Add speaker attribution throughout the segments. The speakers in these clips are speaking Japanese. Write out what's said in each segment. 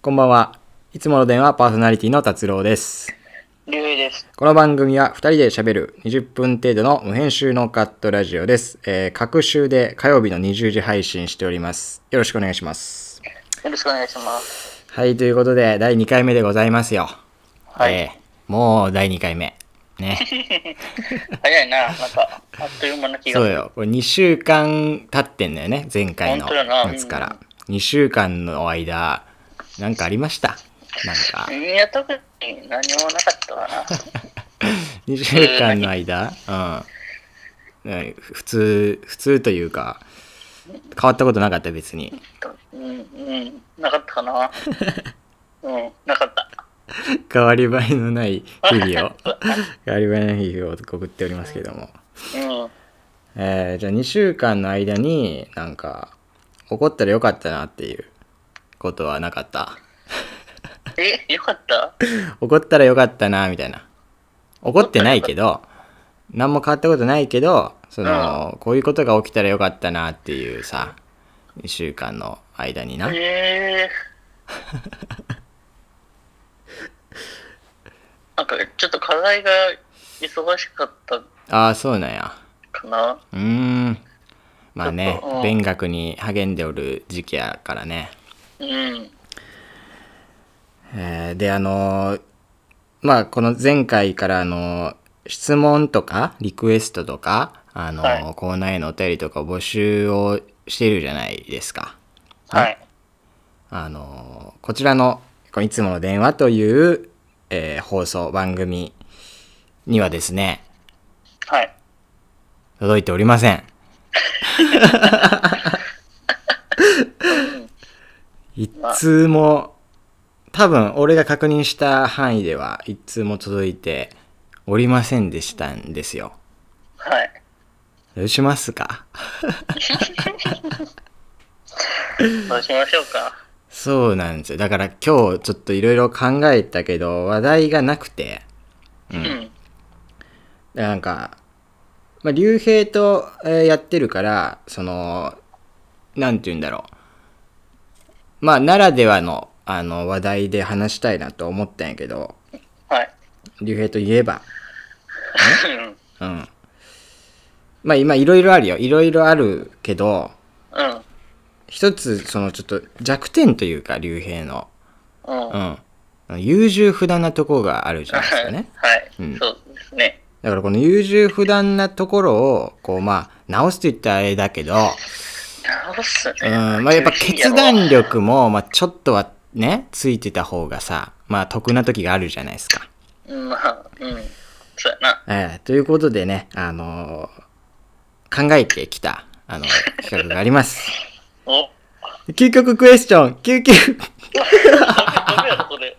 Speaker 1: こんばんは。いつもの電話パーソナリティの達郎です。
Speaker 2: 竜兵です。
Speaker 1: この番組は2人で喋る20分程度の無編集ノーカットラジオです。えー、各週で火曜日の20時配信しております。よろしくお願いします。
Speaker 2: よろしくお願いします。
Speaker 1: はい、ということで、第2回目でございますよ。
Speaker 2: はい
Speaker 1: えーもう第2回目。ね。
Speaker 2: 早いな、なんか、あっと いう間な気が
Speaker 1: そう
Speaker 2: する。
Speaker 1: よ。これ2週間経ってんだよね。前回の
Speaker 2: 本当だな
Speaker 1: 夏から。2週間の間、なんかありましたなんか。
Speaker 2: いや、特に何もなかったかな。
Speaker 1: 2週間の間、うんうん、普通普通というか変わったことなかった別に
Speaker 2: うん、うん、なかったかな。うん、なかった。
Speaker 1: 変わり映えのない日々を変わり映えのない日々を送っておりますけども、
Speaker 2: うん。
Speaker 1: えーじゃあ2週間の間になんか怒ったらよかったなっていうことはなかった
Speaker 2: え、よかった
Speaker 1: 怒ったらよかったなみたいな怒ってないけど何も変わったことないけどその、こういうことが起きたらよかったなっていうさ2週間の間にな
Speaker 2: えーなんか、ちょっと課題が忙しかった
Speaker 1: ああそうなんや
Speaker 2: かな。
Speaker 1: うーんまあね
Speaker 2: ちょっとうん
Speaker 1: 勉学に励んでおる時期やからね
Speaker 2: うん。
Speaker 1: えーであのーまあこの前回からあのー質問とかリクエストとかあのー、
Speaker 2: は
Speaker 1: コーナーへのお便りとか募集をしてるじゃないですか
Speaker 2: はい。
Speaker 1: あのーこちらのこのいつもの電話という、えー放送番組にはですね
Speaker 2: はい。
Speaker 1: 届いておりません一通も多分俺が確認した範囲では一通も届いておりませんでしたんですよ
Speaker 2: はい。
Speaker 1: どうしますか
Speaker 2: どうしましょうか。
Speaker 1: そうなんですよだから今日ちょっといろいろ考えたけど話題がなくて
Speaker 2: うん。
Speaker 1: でなんか、まあ、竜兵と、えーやってるから、その、なんて言うんだろう。まあ、ならではの、あの、話題で話したいなと思ったんやけど、
Speaker 2: はい。
Speaker 1: 竜兵といえば、
Speaker 2: う
Speaker 1: う
Speaker 2: ん。
Speaker 1: ん。まあ、今、いろいろあるよ。いろいろあるけど、
Speaker 2: うん。
Speaker 1: 一つ、その、ちょっと弱点というか、竜兵の、
Speaker 2: うん
Speaker 1: う。ん。優柔不断なところがあるじゃないですかね。
Speaker 2: はい、
Speaker 1: うん
Speaker 2: そうですね。
Speaker 1: だからこの優柔不断なところを、こう、まあ、直すと言ったらあれだけ ど、
Speaker 2: 直すね。
Speaker 1: うん、まあやっぱ
Speaker 2: 厳しい
Speaker 1: 決
Speaker 2: ろ
Speaker 1: 断。力も、まあちょっとはね、ついてた方がさ、まあ得な時があるじゃないですか。
Speaker 2: うんまあ、うん。そうやな。
Speaker 1: ええということでね、あのー考えてきた、あ の、企画があります。
Speaker 2: お、
Speaker 1: 究極クエスチョン、究極
Speaker 2: ダメやろ、これ。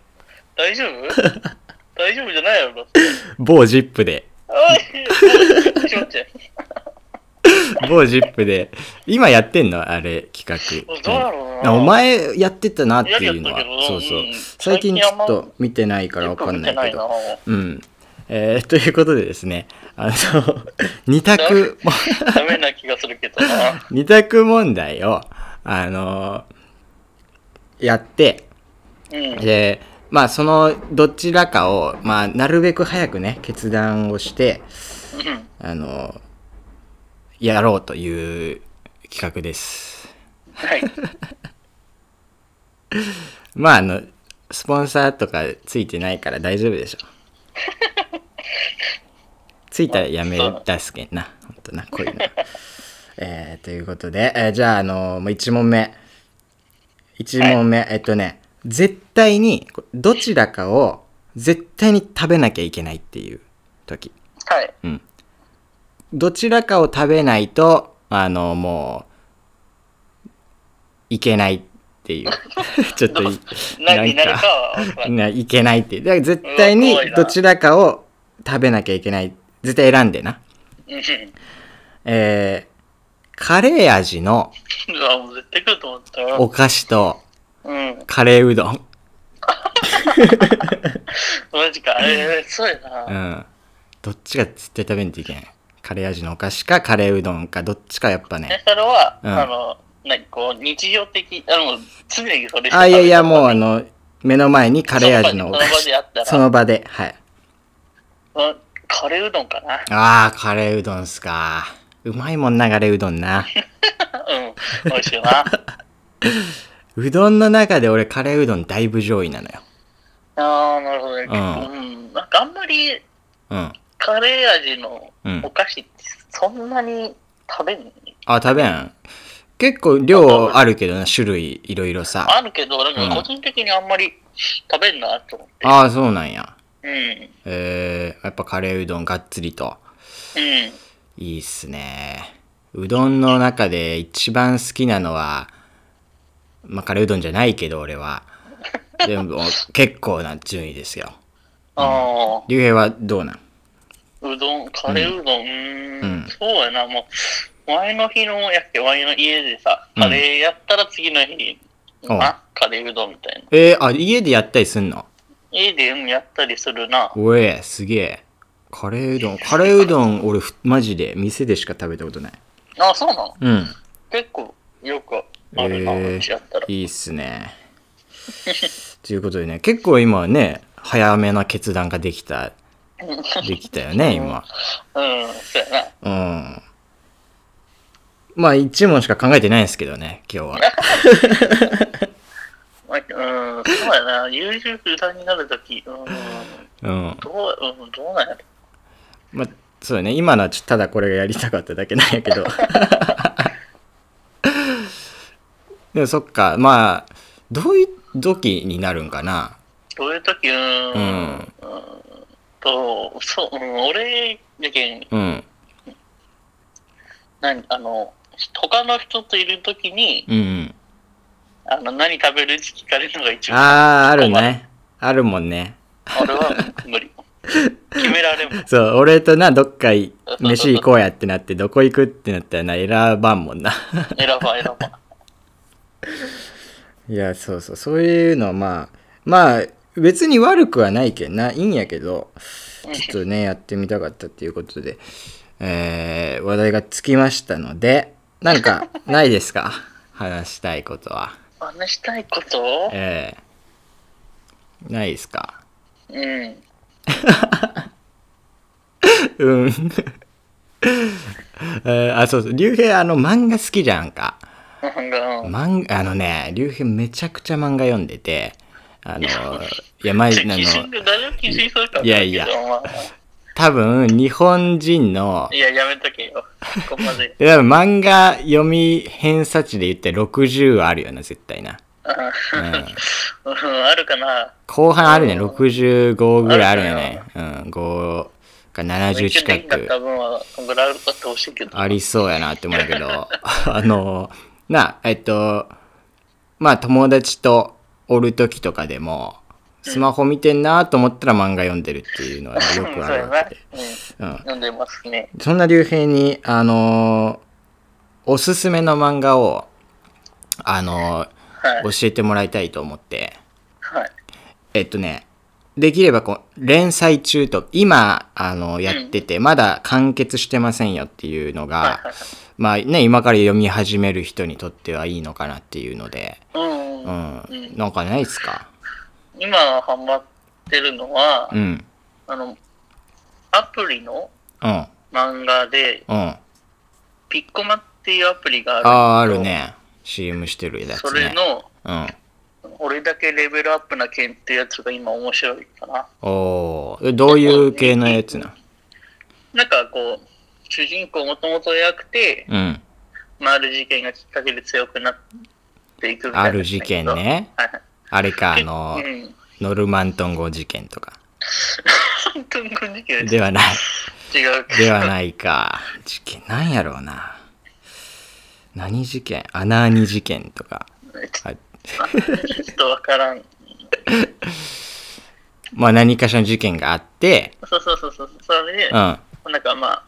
Speaker 2: 大 丈夫大丈夫じゃないやろ、だって。
Speaker 1: 某ジップで、
Speaker 2: おい、ちょっと待って
Speaker 1: 某ジップで、今やってんのあれ、企画。
Speaker 2: どうやろうな
Speaker 1: お前やってたなっていうのは
Speaker 2: やりよったけ、ど
Speaker 1: そうそう
Speaker 2: うん。
Speaker 1: 最近ちょっ
Speaker 2: 最近あん
Speaker 1: と見てないからわかんないけど
Speaker 2: よく。見
Speaker 1: うん。えーと いうことでですね、あの、 二 択、
Speaker 2: てないなダメな気がするけどな。
Speaker 1: 二択問題を、あのやって、
Speaker 2: うん。
Speaker 1: で、まあ、そのどちらかを、まあ、なるべく早くね、決断をして、あのやろうという企画です。
Speaker 2: はい。
Speaker 1: まあ、あの、スポンサーとかついてないから大丈夫でしょ。ついたらやめ出すけんな。ほんとな、こういうの。えー、ということで、えーじゃあ、あのもう1問目。1問目、えっとね、絶対に、こどちらかを絶対に食べなきゃいけないっていう時。
Speaker 2: はい。
Speaker 1: うん。どちらかを食べないと、あのもう、いけないっていう。 ちょっとい、
Speaker 2: 何 になるかは分からん
Speaker 1: ないけないっていうだから絶対
Speaker 2: うわ
Speaker 1: に
Speaker 2: 怖いな
Speaker 1: どちらかを食べなきゃいけない絶対選んでな
Speaker 2: うん
Speaker 1: えー、カレー味の
Speaker 2: うわ、もう絶対来ると思ったわ
Speaker 1: お菓子と
Speaker 2: うん。
Speaker 1: カレーうどん、
Speaker 2: マジか。えー、そうや
Speaker 1: う
Speaker 2: な。
Speaker 1: ん、どっちが絶対食べんといけないカレー味のお菓子かカレーうどんかどっちかやっぱ
Speaker 2: え
Speaker 1: ね、
Speaker 2: それは、
Speaker 1: うん
Speaker 2: あの、なんかこう、日常的、あの、常にそれ
Speaker 1: あいやいやもうあの目の前にカレー味のお菓
Speaker 2: その場でやった
Speaker 1: 子。
Speaker 2: ら
Speaker 1: その場で、はい。
Speaker 2: うんカレーうどんかな。
Speaker 1: ああ、カレーうどんっすか。うまいもんな、カレーうどんな。
Speaker 2: うん。美味しいよ な。
Speaker 1: うどんの中で俺カレーうどんだいぶ上位なのよ。
Speaker 2: ああ、なるほどね。
Speaker 1: ん
Speaker 2: 結構、うん。なんかあんまり
Speaker 1: うん。
Speaker 2: カレー味の
Speaker 1: うん
Speaker 2: お菓子ってそんなに食べんの
Speaker 1: あ、食べん結構量あるけどな、種類いろいろさ。
Speaker 2: あるけど、なん
Speaker 1: うん
Speaker 2: か個人的にあんまり食べんなと思って。
Speaker 1: ああ、そうなんや。
Speaker 2: うん。うん。
Speaker 1: えー、やっぱカレーうどんがっつりと。いいっすね。うどんの中で一番好きなのは、まあ、カレーうどんじゃないけど俺は。でも結構な順位ですよ。
Speaker 2: あ
Speaker 1: 竜兵はどうなん
Speaker 2: あ、うどん、カレーうどん、うー
Speaker 1: うん
Speaker 2: ん、そうやな、もう、前の日のやっけ、前の家でさ、
Speaker 1: うん
Speaker 2: カレーやったら次の日、
Speaker 1: おう
Speaker 2: な、カレーうどんみたいな。
Speaker 1: えー、あ、家でやったりすんの
Speaker 2: 家でうんやったりするな。
Speaker 1: おえ、すげえ。カレーうどん。カレーうどん、俺、ふマジで、店でしか食べたことない。
Speaker 2: あ、そうなの
Speaker 1: うん。
Speaker 2: 結構よくあるな、
Speaker 1: えー
Speaker 2: うちやったら。
Speaker 1: いいっすね。 ということでね、結構今はね、早めな決断ができた、できたよね、今。
Speaker 2: うん、そうやな。
Speaker 1: うん。まあ、一問しか考えてないんですけどね、今日 は。
Speaker 2: まうん、そうやな。優柔不断になるとき、うん、
Speaker 1: うん。
Speaker 2: どう、うん、どうなんやろ。
Speaker 1: まあ、そうだね、今のはちょっとただこれがやりたかっただけなんやけど。 でもそっか、まあ、どういう時になるんかな。
Speaker 2: どういうとき、うん、
Speaker 1: う
Speaker 2: うん、
Speaker 1: ん。
Speaker 2: と、そう、うん、俺、やけん、
Speaker 1: うん。
Speaker 2: 何、あの、他の人といるときに、
Speaker 1: うん。
Speaker 2: あの、何食べるって聞かれるのが一番、
Speaker 1: ああ、あるね。あるもんね。
Speaker 2: 俺は無理。決められんもん。
Speaker 1: そう、俺とな、どっかい飯行こうやってなって、どこ行くってなったらな、選ばんもんな。
Speaker 2: 選ばん、選ばん。
Speaker 1: いや、そうそう、そういうのはまあ、まあ、別に悪くはないけんな、いいんやけど、ちょっとね、やってみたかったっていうことで、えー、話題がつきましたので、なん か、ないですか話したいことは。
Speaker 2: 話したいこと
Speaker 1: えー、ないですか
Speaker 2: うん。
Speaker 1: うん。え ー、あ、そうそう、竜兵、あの、漫画好きじゃんか。
Speaker 2: なんか、うん。
Speaker 1: 漫画、あのね、竜兵めちゃくちゃ漫画読んでて、あの、いや、まじ、あ
Speaker 2: 基準
Speaker 1: の、
Speaker 2: で大丈夫基準するから
Speaker 1: いやいや
Speaker 2: けどま
Speaker 1: 多分、日本人の
Speaker 2: あ、いや、やめとけよ。ここまで。
Speaker 1: で多分漫画読み偏差値で言ったら60はあるよな、絶対な。
Speaker 2: うん、 あるかな。
Speaker 1: 後半あるね、65ぐらいあるよね。
Speaker 2: あ
Speaker 1: うん、5か70
Speaker 2: 一
Speaker 1: 近
Speaker 2: 年かった
Speaker 1: く
Speaker 2: 分は、こんぐらいあるかってほしいけど。
Speaker 1: ありそうやなって思うけど、 あの、な、えっと、まあ友達とおる時とかでも、スマホ見てんなと思ったら漫画読んでるっていうのは
Speaker 2: う
Speaker 1: よ
Speaker 2: ん、そう
Speaker 1: くあ
Speaker 2: や
Speaker 1: る
Speaker 2: な。
Speaker 1: わ
Speaker 2: う
Speaker 1: け
Speaker 2: ん
Speaker 1: で。。うん。
Speaker 2: 読んでますね。
Speaker 1: そんな竜兵に、あのーおすすめの漫画を、あのー
Speaker 2: はい。
Speaker 1: 教えてもらいたいと思って、
Speaker 2: はい。
Speaker 1: えっとね、できればこう連載中と、今、あの、やってて、まだ完結してませんよっていうのが、まあね、今から読み始める人にとってはいいのかなっていうので、
Speaker 2: うん。
Speaker 1: う
Speaker 2: うん
Speaker 1: ん、なんかないっすか
Speaker 2: 今ハマってるのは、
Speaker 1: うん、
Speaker 2: あの、アプリの
Speaker 1: うん、
Speaker 2: 漫画で、
Speaker 1: うん。あ
Speaker 2: ピッコマっていうアプリがある。
Speaker 1: あー、ある。ね。CM してるやつ
Speaker 2: それ
Speaker 1: ね。
Speaker 2: の、
Speaker 1: うん。
Speaker 2: 俺だけレベルアップな件ってやつが今面白いかな。
Speaker 1: おーえどういう系のやつな
Speaker 2: なんかこう、主人公もともと弱くて、
Speaker 1: うん。
Speaker 2: まあ、ある事件がきっかけで強くなっていくみたいな。
Speaker 1: ある事件。ね。
Speaker 2: はい
Speaker 1: あれか、あ
Speaker 2: は
Speaker 1: の
Speaker 2: い。う、ん。
Speaker 1: ノルマントン号事件とか。
Speaker 2: 本当に事件
Speaker 1: ではない。
Speaker 2: 違うけど。
Speaker 1: ではないか。事件、なんやろうな。何事件アナーニ事件とか。
Speaker 2: ち
Speaker 1: はい
Speaker 2: ょっとわからん。
Speaker 1: まあ何かしらの事件があって、
Speaker 2: そうそうそうそう。それで
Speaker 1: う、ん。
Speaker 2: なんかまあ、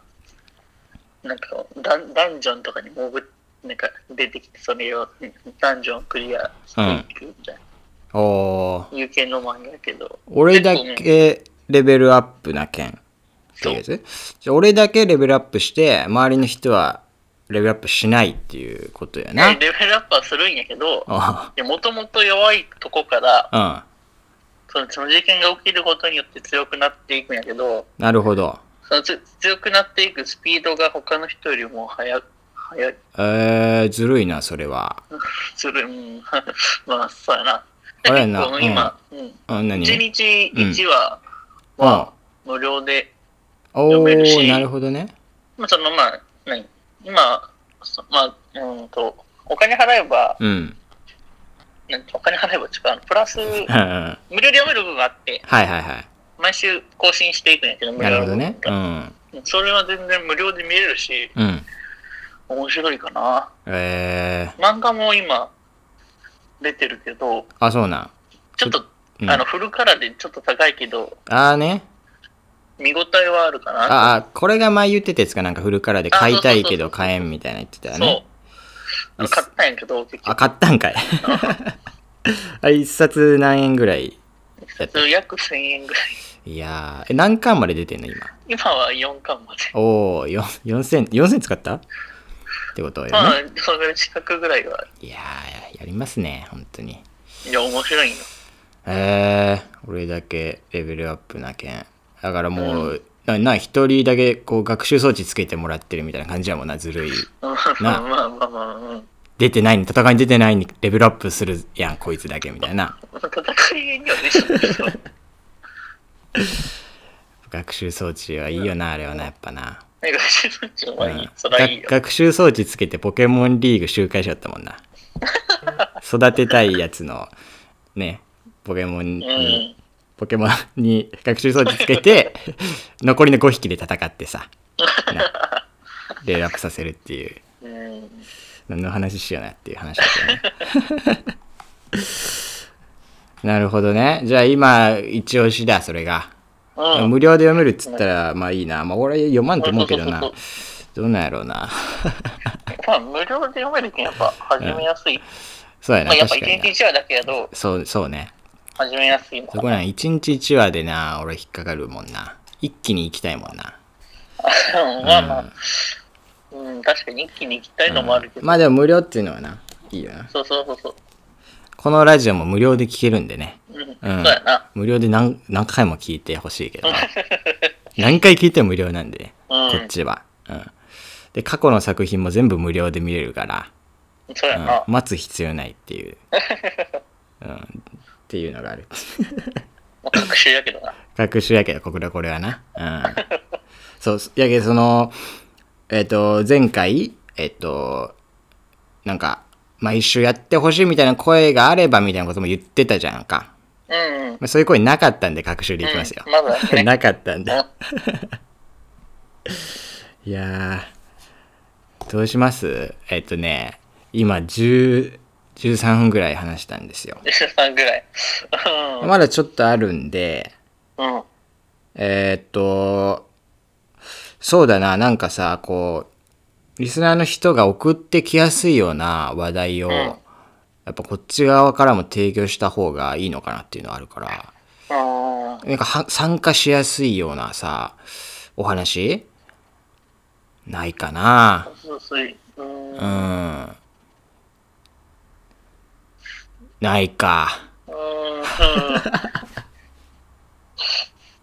Speaker 2: なんかダンダンジョンとかに潜って、なんか出てきて、それをダンジョンをクリアしていくみたいな。
Speaker 1: おー
Speaker 2: 有形の漫画やけど。
Speaker 1: 俺だけレベルアップな件っていうやつじゃあ俺だけレベルアップして、周りの人はレベルアップしないっていうことや
Speaker 2: ね
Speaker 1: な。
Speaker 2: レベルアップはするんやけど、
Speaker 1: あ
Speaker 2: もともと弱いとこから、
Speaker 1: あ
Speaker 2: そのその事件が起きることによって強くなっていくんやけど、
Speaker 1: なるほど。
Speaker 2: そのつ強くなっていくスピードが他の人よりも速速い。
Speaker 1: えー、ずるいな、それは。
Speaker 2: する、うん、 まあ、そうやな。
Speaker 1: あれや な
Speaker 2: 結構今、うん
Speaker 1: あ、何
Speaker 2: 1日1話
Speaker 1: うん
Speaker 2: は無料で、
Speaker 1: お
Speaker 2: めるし
Speaker 1: ー、なるほどね。
Speaker 2: まあ、そのまあ、何今、そまあ、うんと、お金払えば、
Speaker 1: うん。
Speaker 2: なんお金払えば違うのプラス、
Speaker 1: うんはい
Speaker 2: 無料で読める部分があって、
Speaker 1: はいは
Speaker 2: 毎週更新していくんやけど、
Speaker 1: い。
Speaker 2: 無
Speaker 1: な
Speaker 2: 料
Speaker 1: る
Speaker 2: の
Speaker 1: ほ
Speaker 2: 部
Speaker 1: ど
Speaker 2: 分が
Speaker 1: ね。うん。
Speaker 2: それは全然無料で見れるし、
Speaker 1: うん。
Speaker 2: 面白いかな。
Speaker 1: えー、
Speaker 2: 漫画も今、出てるけど、
Speaker 1: あ、そうなん。
Speaker 2: ちょっと、
Speaker 1: うん
Speaker 2: あの、フルカラーでちょっと高いけど、
Speaker 1: あーね。
Speaker 2: 見応えはあるかな。
Speaker 1: ああ、これが前言ってたやつかなんかフルカラーで買いたいけど買えんみたいな言ってたよ
Speaker 2: そう
Speaker 1: ね。。
Speaker 2: あの買ったんやけど、結
Speaker 1: あ、
Speaker 2: 局、
Speaker 1: 買ったんかい。 あれ、一冊何円ぐらい
Speaker 2: 普通約1000円ぐらい。
Speaker 1: いやー、え、何巻まで出てんの今。
Speaker 2: 今は4巻まで。
Speaker 1: おー、よ4000、4000使ったってことよ
Speaker 2: まあ
Speaker 1: ね。、
Speaker 2: それぐらい近くぐらいは、
Speaker 1: いやー、やりますね、本当に。
Speaker 2: いや、面白いんよ。
Speaker 1: えー、俺だけレベルアップなけん。だからもう、な、な、一人だけこう学習装置つけてもらってるみたいな感じやもんな、ずるい。
Speaker 2: ま
Speaker 1: な
Speaker 2: あまあまあまあ、うん。
Speaker 1: 出てないに、戦いに出てないにレベルアップするやん、こいつだけみたいな。
Speaker 2: 戦いにはね、そう
Speaker 1: 学習装置はいいよな、あれはな、やっぱな。
Speaker 2: なんか、シュちゃんはいうい
Speaker 1: ん。
Speaker 2: そらいいよ
Speaker 1: が。学習装置つけてポケモンリーグ周回しちゃったもん な育てたいやつのねポケモンに、
Speaker 2: うん。
Speaker 1: ポケモンに学習装置つけ て残りの5匹で戦ってさなレベルアップさせるっていう
Speaker 2: うん。
Speaker 1: 何の話しようなっていう話だけど ねなるほどねじゃあ今一押しだそれが、
Speaker 2: うん。
Speaker 1: 無料で読めるっつったらまあいいなまあ俺読まんと思うけどな
Speaker 2: そうそ
Speaker 1: ど
Speaker 2: う
Speaker 1: うなんやろうな
Speaker 2: まあ、無料で読めるけん、やっぱ、始めやすい。
Speaker 1: そうや
Speaker 2: ま
Speaker 1: な
Speaker 2: あ、やっぱ
Speaker 1: 確か
Speaker 2: 1
Speaker 1: にな
Speaker 2: 日1話だけやど、
Speaker 1: そう、そうね。
Speaker 2: 始めやすいの
Speaker 1: そこなん、一日一話でな、俺引っかかるもんな。一気に行きたいもんな。
Speaker 2: うんまあまあ、うん、確かに一気に行きたいのもあるけど、
Speaker 1: まあでも無料っていうのはな、いいよな。
Speaker 2: そうそうそうそう、
Speaker 1: このラジオも無料で聞けるんでね。
Speaker 2: うん、そう
Speaker 1: うん
Speaker 2: やな、
Speaker 1: 無料で何何回も聞いてほしいけどな。何回聞いても無料なんでね、
Speaker 2: うん
Speaker 1: こっちは。うん。で、過去の作品も全部無料で見れるから、
Speaker 2: そうやな
Speaker 1: う、ん、待つ必要ないっていう。うん。っていうのがある。
Speaker 2: もう学習やけどな、
Speaker 1: 学習やけど、これはこれはな。うん。そう、やけど、その、えっ、と、前回、えっ、と、なんか、毎週やってほしいみたいな声があればみたいなことも言ってたじゃんか。
Speaker 2: うん、うん、
Speaker 1: まあ、そういう声なかったんで、学習でいきますよ。
Speaker 2: まだ ね、
Speaker 1: なかったん
Speaker 2: う
Speaker 1: で。いやー、どうしますえっ、とね、今、10、13分ぐらい話したんですよ。
Speaker 2: ん、13ぐらい、
Speaker 1: まだちょっとあるんで、
Speaker 2: うん、うん、
Speaker 1: えーっと、そうだな、なんかさ、こう、リスナーの人が送ってきやすいような話題を、
Speaker 2: ん
Speaker 1: やっぱこっち側からも提供した方がいいのかなっていうのはあるから、
Speaker 2: あ
Speaker 1: なんかは参加しやすいようなさ、お話ないかな
Speaker 2: ー、。そうそううん、
Speaker 1: う。
Speaker 2: うん
Speaker 1: ないか。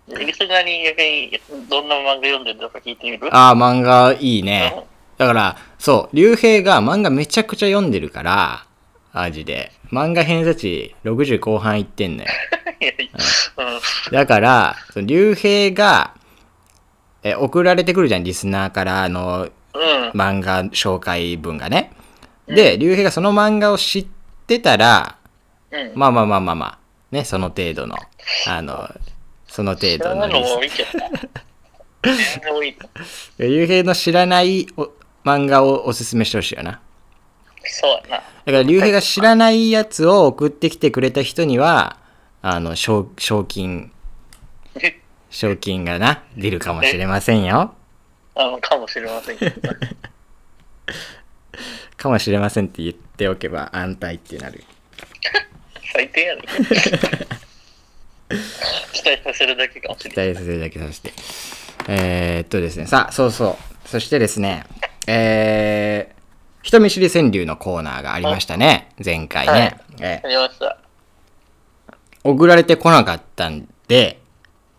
Speaker 2: ん、うん、リスナーに逆にどんな漫画読んでるのか聞いてみる
Speaker 1: ああ、漫画いいね。だから、そう、竜兵が漫画めちゃくちゃ読んでるから、マジで。漫画偏差値60後半いってんのよ。
Speaker 2: いやいやうん、
Speaker 1: だから、その竜兵が、え、送られてくるじゃん、リスナーからの
Speaker 2: うん、
Speaker 1: 漫画紹介文がね。で、竜兵がその漫画を知ってたら、
Speaker 2: うん、
Speaker 1: まあまあまあまあまあ、ね、その程度の、あの、その程
Speaker 2: 知
Speaker 1: 度
Speaker 2: らな
Speaker 1: の
Speaker 2: いの
Speaker 1: リス
Speaker 2: も見ちゃった。全然多い。
Speaker 1: 竜兵の知らないお漫画をおすすめしてほしいよな。
Speaker 2: そうやな。
Speaker 1: だから竜兵が知らないやつを送ってきてくれた人にはあの賞賞金賞金がな出るかもしれませんよ
Speaker 2: あの、かもしれません けど。
Speaker 1: かもしれませんって言っておけば安泰ってなる
Speaker 2: 最低やね。期待させるだけかもし
Speaker 1: 期
Speaker 2: れない。
Speaker 1: 待させるだけさせてえー、っとですねさあそうそうそしてですねえー人見知り川柳のコーナーがありましたね前回ね、えー
Speaker 2: やりました。
Speaker 1: 送られてこなかったんで、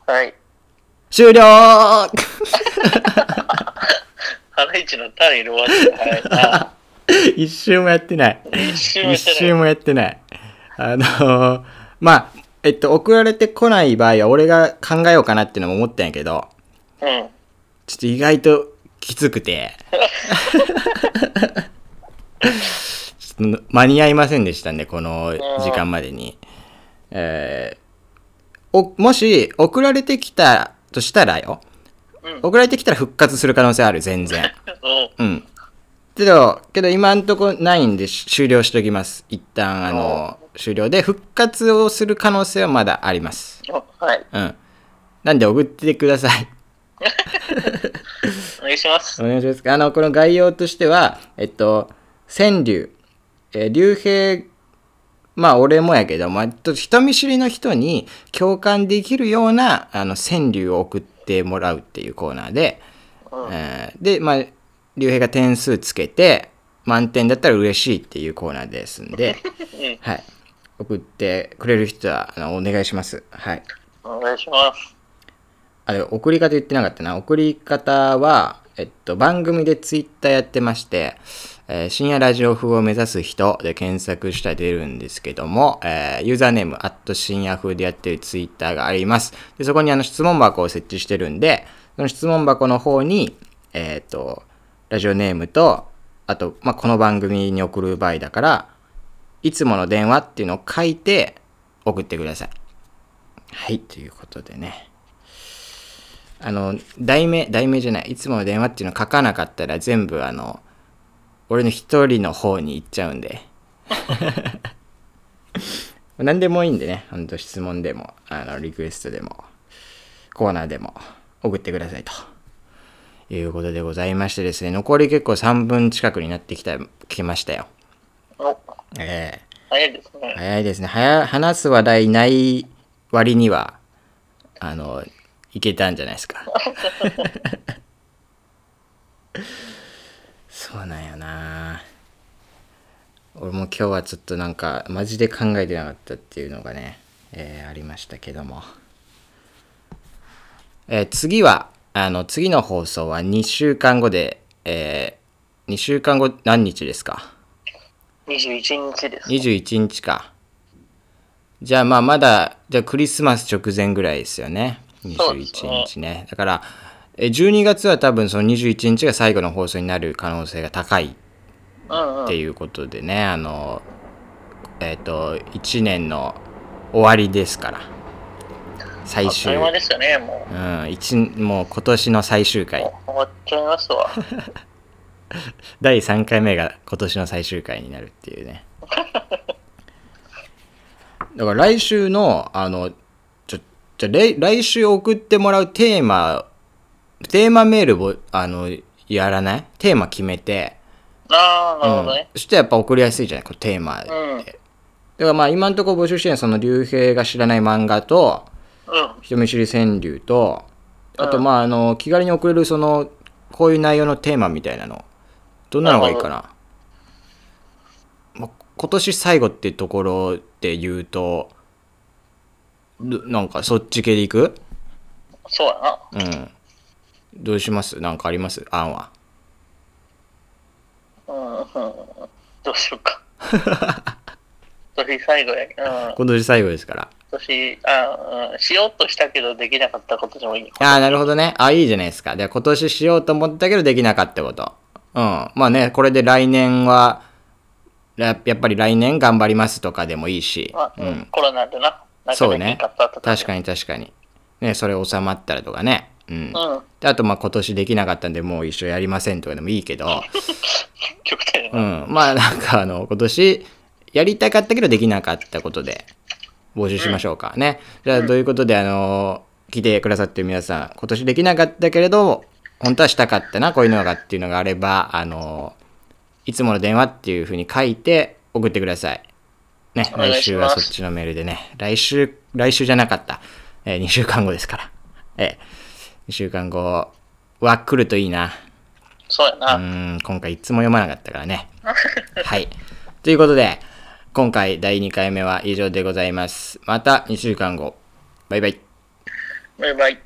Speaker 2: はい。
Speaker 1: 終了
Speaker 2: ハライチのターン色終わっては
Speaker 1: 一周もやってない。
Speaker 2: い。一 瞬
Speaker 1: 一
Speaker 2: や
Speaker 1: 周
Speaker 2: ってない。
Speaker 1: もやってない。あのーまあ、えっと、送られてこない場合は俺が考えようかなっていうのも思ったんやけど、
Speaker 2: うん。
Speaker 1: ちょっと意外ときつくて、 ちょっと間に合いませんでしたね、この時間までに。えーおもし送られてきたとしたらよ、
Speaker 2: うん
Speaker 1: 送られてきたら復活する可能性ある、全然。
Speaker 2: おう
Speaker 1: うん。けど、けど今んとこないんでし終了しときます。一旦、あの、終了で、復活をする可能性はまだあります。
Speaker 2: おはい。
Speaker 1: うん。なんで送ってください。
Speaker 2: お願いします。
Speaker 1: お願いします。あの、この概要としては、えっと、川柳、えー、竜兵、まあ、俺もやけど、まあ、ちょっと人見知りの人に共感できるような、あの、川柳を送ってもらうっていうコーナーで、
Speaker 2: うん
Speaker 1: えーで、まあ、竜兵が点数つけて、満点だったら嬉しいっていうコーナーですん で、
Speaker 2: うん
Speaker 1: はい。送ってくれる人は、あの、お願いします。はい。
Speaker 2: お願いします。
Speaker 1: あれ、送り方言ってなかったな。送り方は、えっと、番組でツイッターやってまして、えー深夜ラジオ風を目指す人で検索したら出るんですけども、えーユーザーネーム、アット深夜風でやってるツイッターがあります。で、そこにあの質問箱を設置してるんで、その質問箱の方に、えーっと、ラジオネームと、あと、まあ、この番組に送る場合だから、いつもの電話っていうのを書いて送ってください。はい、ということでね。あの、題名、題名じゃない、いつもの電話っていうの書かなかったら全部あの、俺の一人の方に行っちゃうん で。何でもいいんでね、ほんと質問でも、あの、リクエストでも、コーナーでも送ってくださいと。いうことでございましてですね、残り結構3分近くになってきた、きましたよ。
Speaker 2: お
Speaker 1: ええ
Speaker 2: 早いですね。
Speaker 1: 早いですね。はや話す話題ない割には、あの、いけたんじゃないですか。そうなんよな。俺も今日はちょっとなんか、マジで考えてなかったっていうのがね、えーありましたけども。えー次は、あの、次の放送は2週間後で、え2週間後何日ですか
Speaker 2: 21日です。
Speaker 1: 21日かじゃあまあまだじゃあクリスマス直前ぐらいですよね
Speaker 2: そうですね
Speaker 1: 21日ねだからえ12月は多分その21日が最後の放送になる可能性が高い
Speaker 2: うんうん
Speaker 1: っ。ていうことでね、あのえっ、と1年の終わりですから最
Speaker 2: あっと
Speaker 1: 終
Speaker 2: いうう間
Speaker 1: ん
Speaker 2: ですよね、も
Speaker 1: 一もう今年の最終
Speaker 2: う。
Speaker 1: 回
Speaker 2: 終わっちゃいますわ。
Speaker 1: 第3回目が今年の最終回になるっていうねだから来週のあのちょじゃあれい来週送ってもらうテーマテーマメールをあのやらないテーマ決めて、
Speaker 2: ああ、なるほど
Speaker 1: うん
Speaker 2: ね。、
Speaker 1: そしてやっぱ送りやすいじゃないこのテーマで、
Speaker 2: う
Speaker 1: だか
Speaker 2: ん。うん。
Speaker 1: らまあ今のところ募集してるのはその竜兵が知らない漫画と人見知り川柳とあと
Speaker 2: うん
Speaker 1: まああの気軽に送れるそのこういう内容のテーマみたいなのどんなのがいいかな、まあ今年最後ってところで言うとどなんかそっち系でいく
Speaker 2: そうやな。
Speaker 1: うんどうしますなんかあります案は
Speaker 2: うんうん。どうしよう か。今年最後や。うん。
Speaker 1: 今年最後ですから
Speaker 2: 今年、あうん、しようとしたけどできなかったことでもいい。
Speaker 1: ああなるほどねあいいじゃないですかで今年しようと思ったけどできなかったことうんまあねこれで来年はややっぱり来年頑張りますとかでもいいし、
Speaker 2: まあ、
Speaker 1: う
Speaker 2: うんん、コロナでな。なん
Speaker 1: そ
Speaker 2: か
Speaker 1: う
Speaker 2: で
Speaker 1: ね
Speaker 2: きなかったとか。
Speaker 1: 確かに確かに。ね、それ収まったらとかね。うん。
Speaker 2: に。うん。
Speaker 1: であと、まあ今年できなかったんで、もう一生やりませんとかでもいいけ ど、
Speaker 2: 極端や
Speaker 1: う
Speaker 2: な。
Speaker 1: ん。まあなんか、あの、今年やりたかったけどできなかったことで募集しましょうかね。じゃあ、ということで、あの、来てくださってる皆さん、今年できなかったけれど、本当はしたかったな、こういうのがっていうのがあれば、あの、いつもの電話っていうふうに書いて送ってください。ね、
Speaker 2: お願い
Speaker 1: 来
Speaker 2: し
Speaker 1: 週
Speaker 2: ま
Speaker 1: は
Speaker 2: す
Speaker 1: そっちのメールでね、来週、来週じゃなかった。え2週間後ですから。え2週間後は来るといいな。
Speaker 2: そうや
Speaker 1: う
Speaker 2: な。
Speaker 1: ーん、今回いつも読まなかったからね。はい。ということで、今回第2回目は以上でございます。また2週間後。バイバイ。
Speaker 2: バイバイ。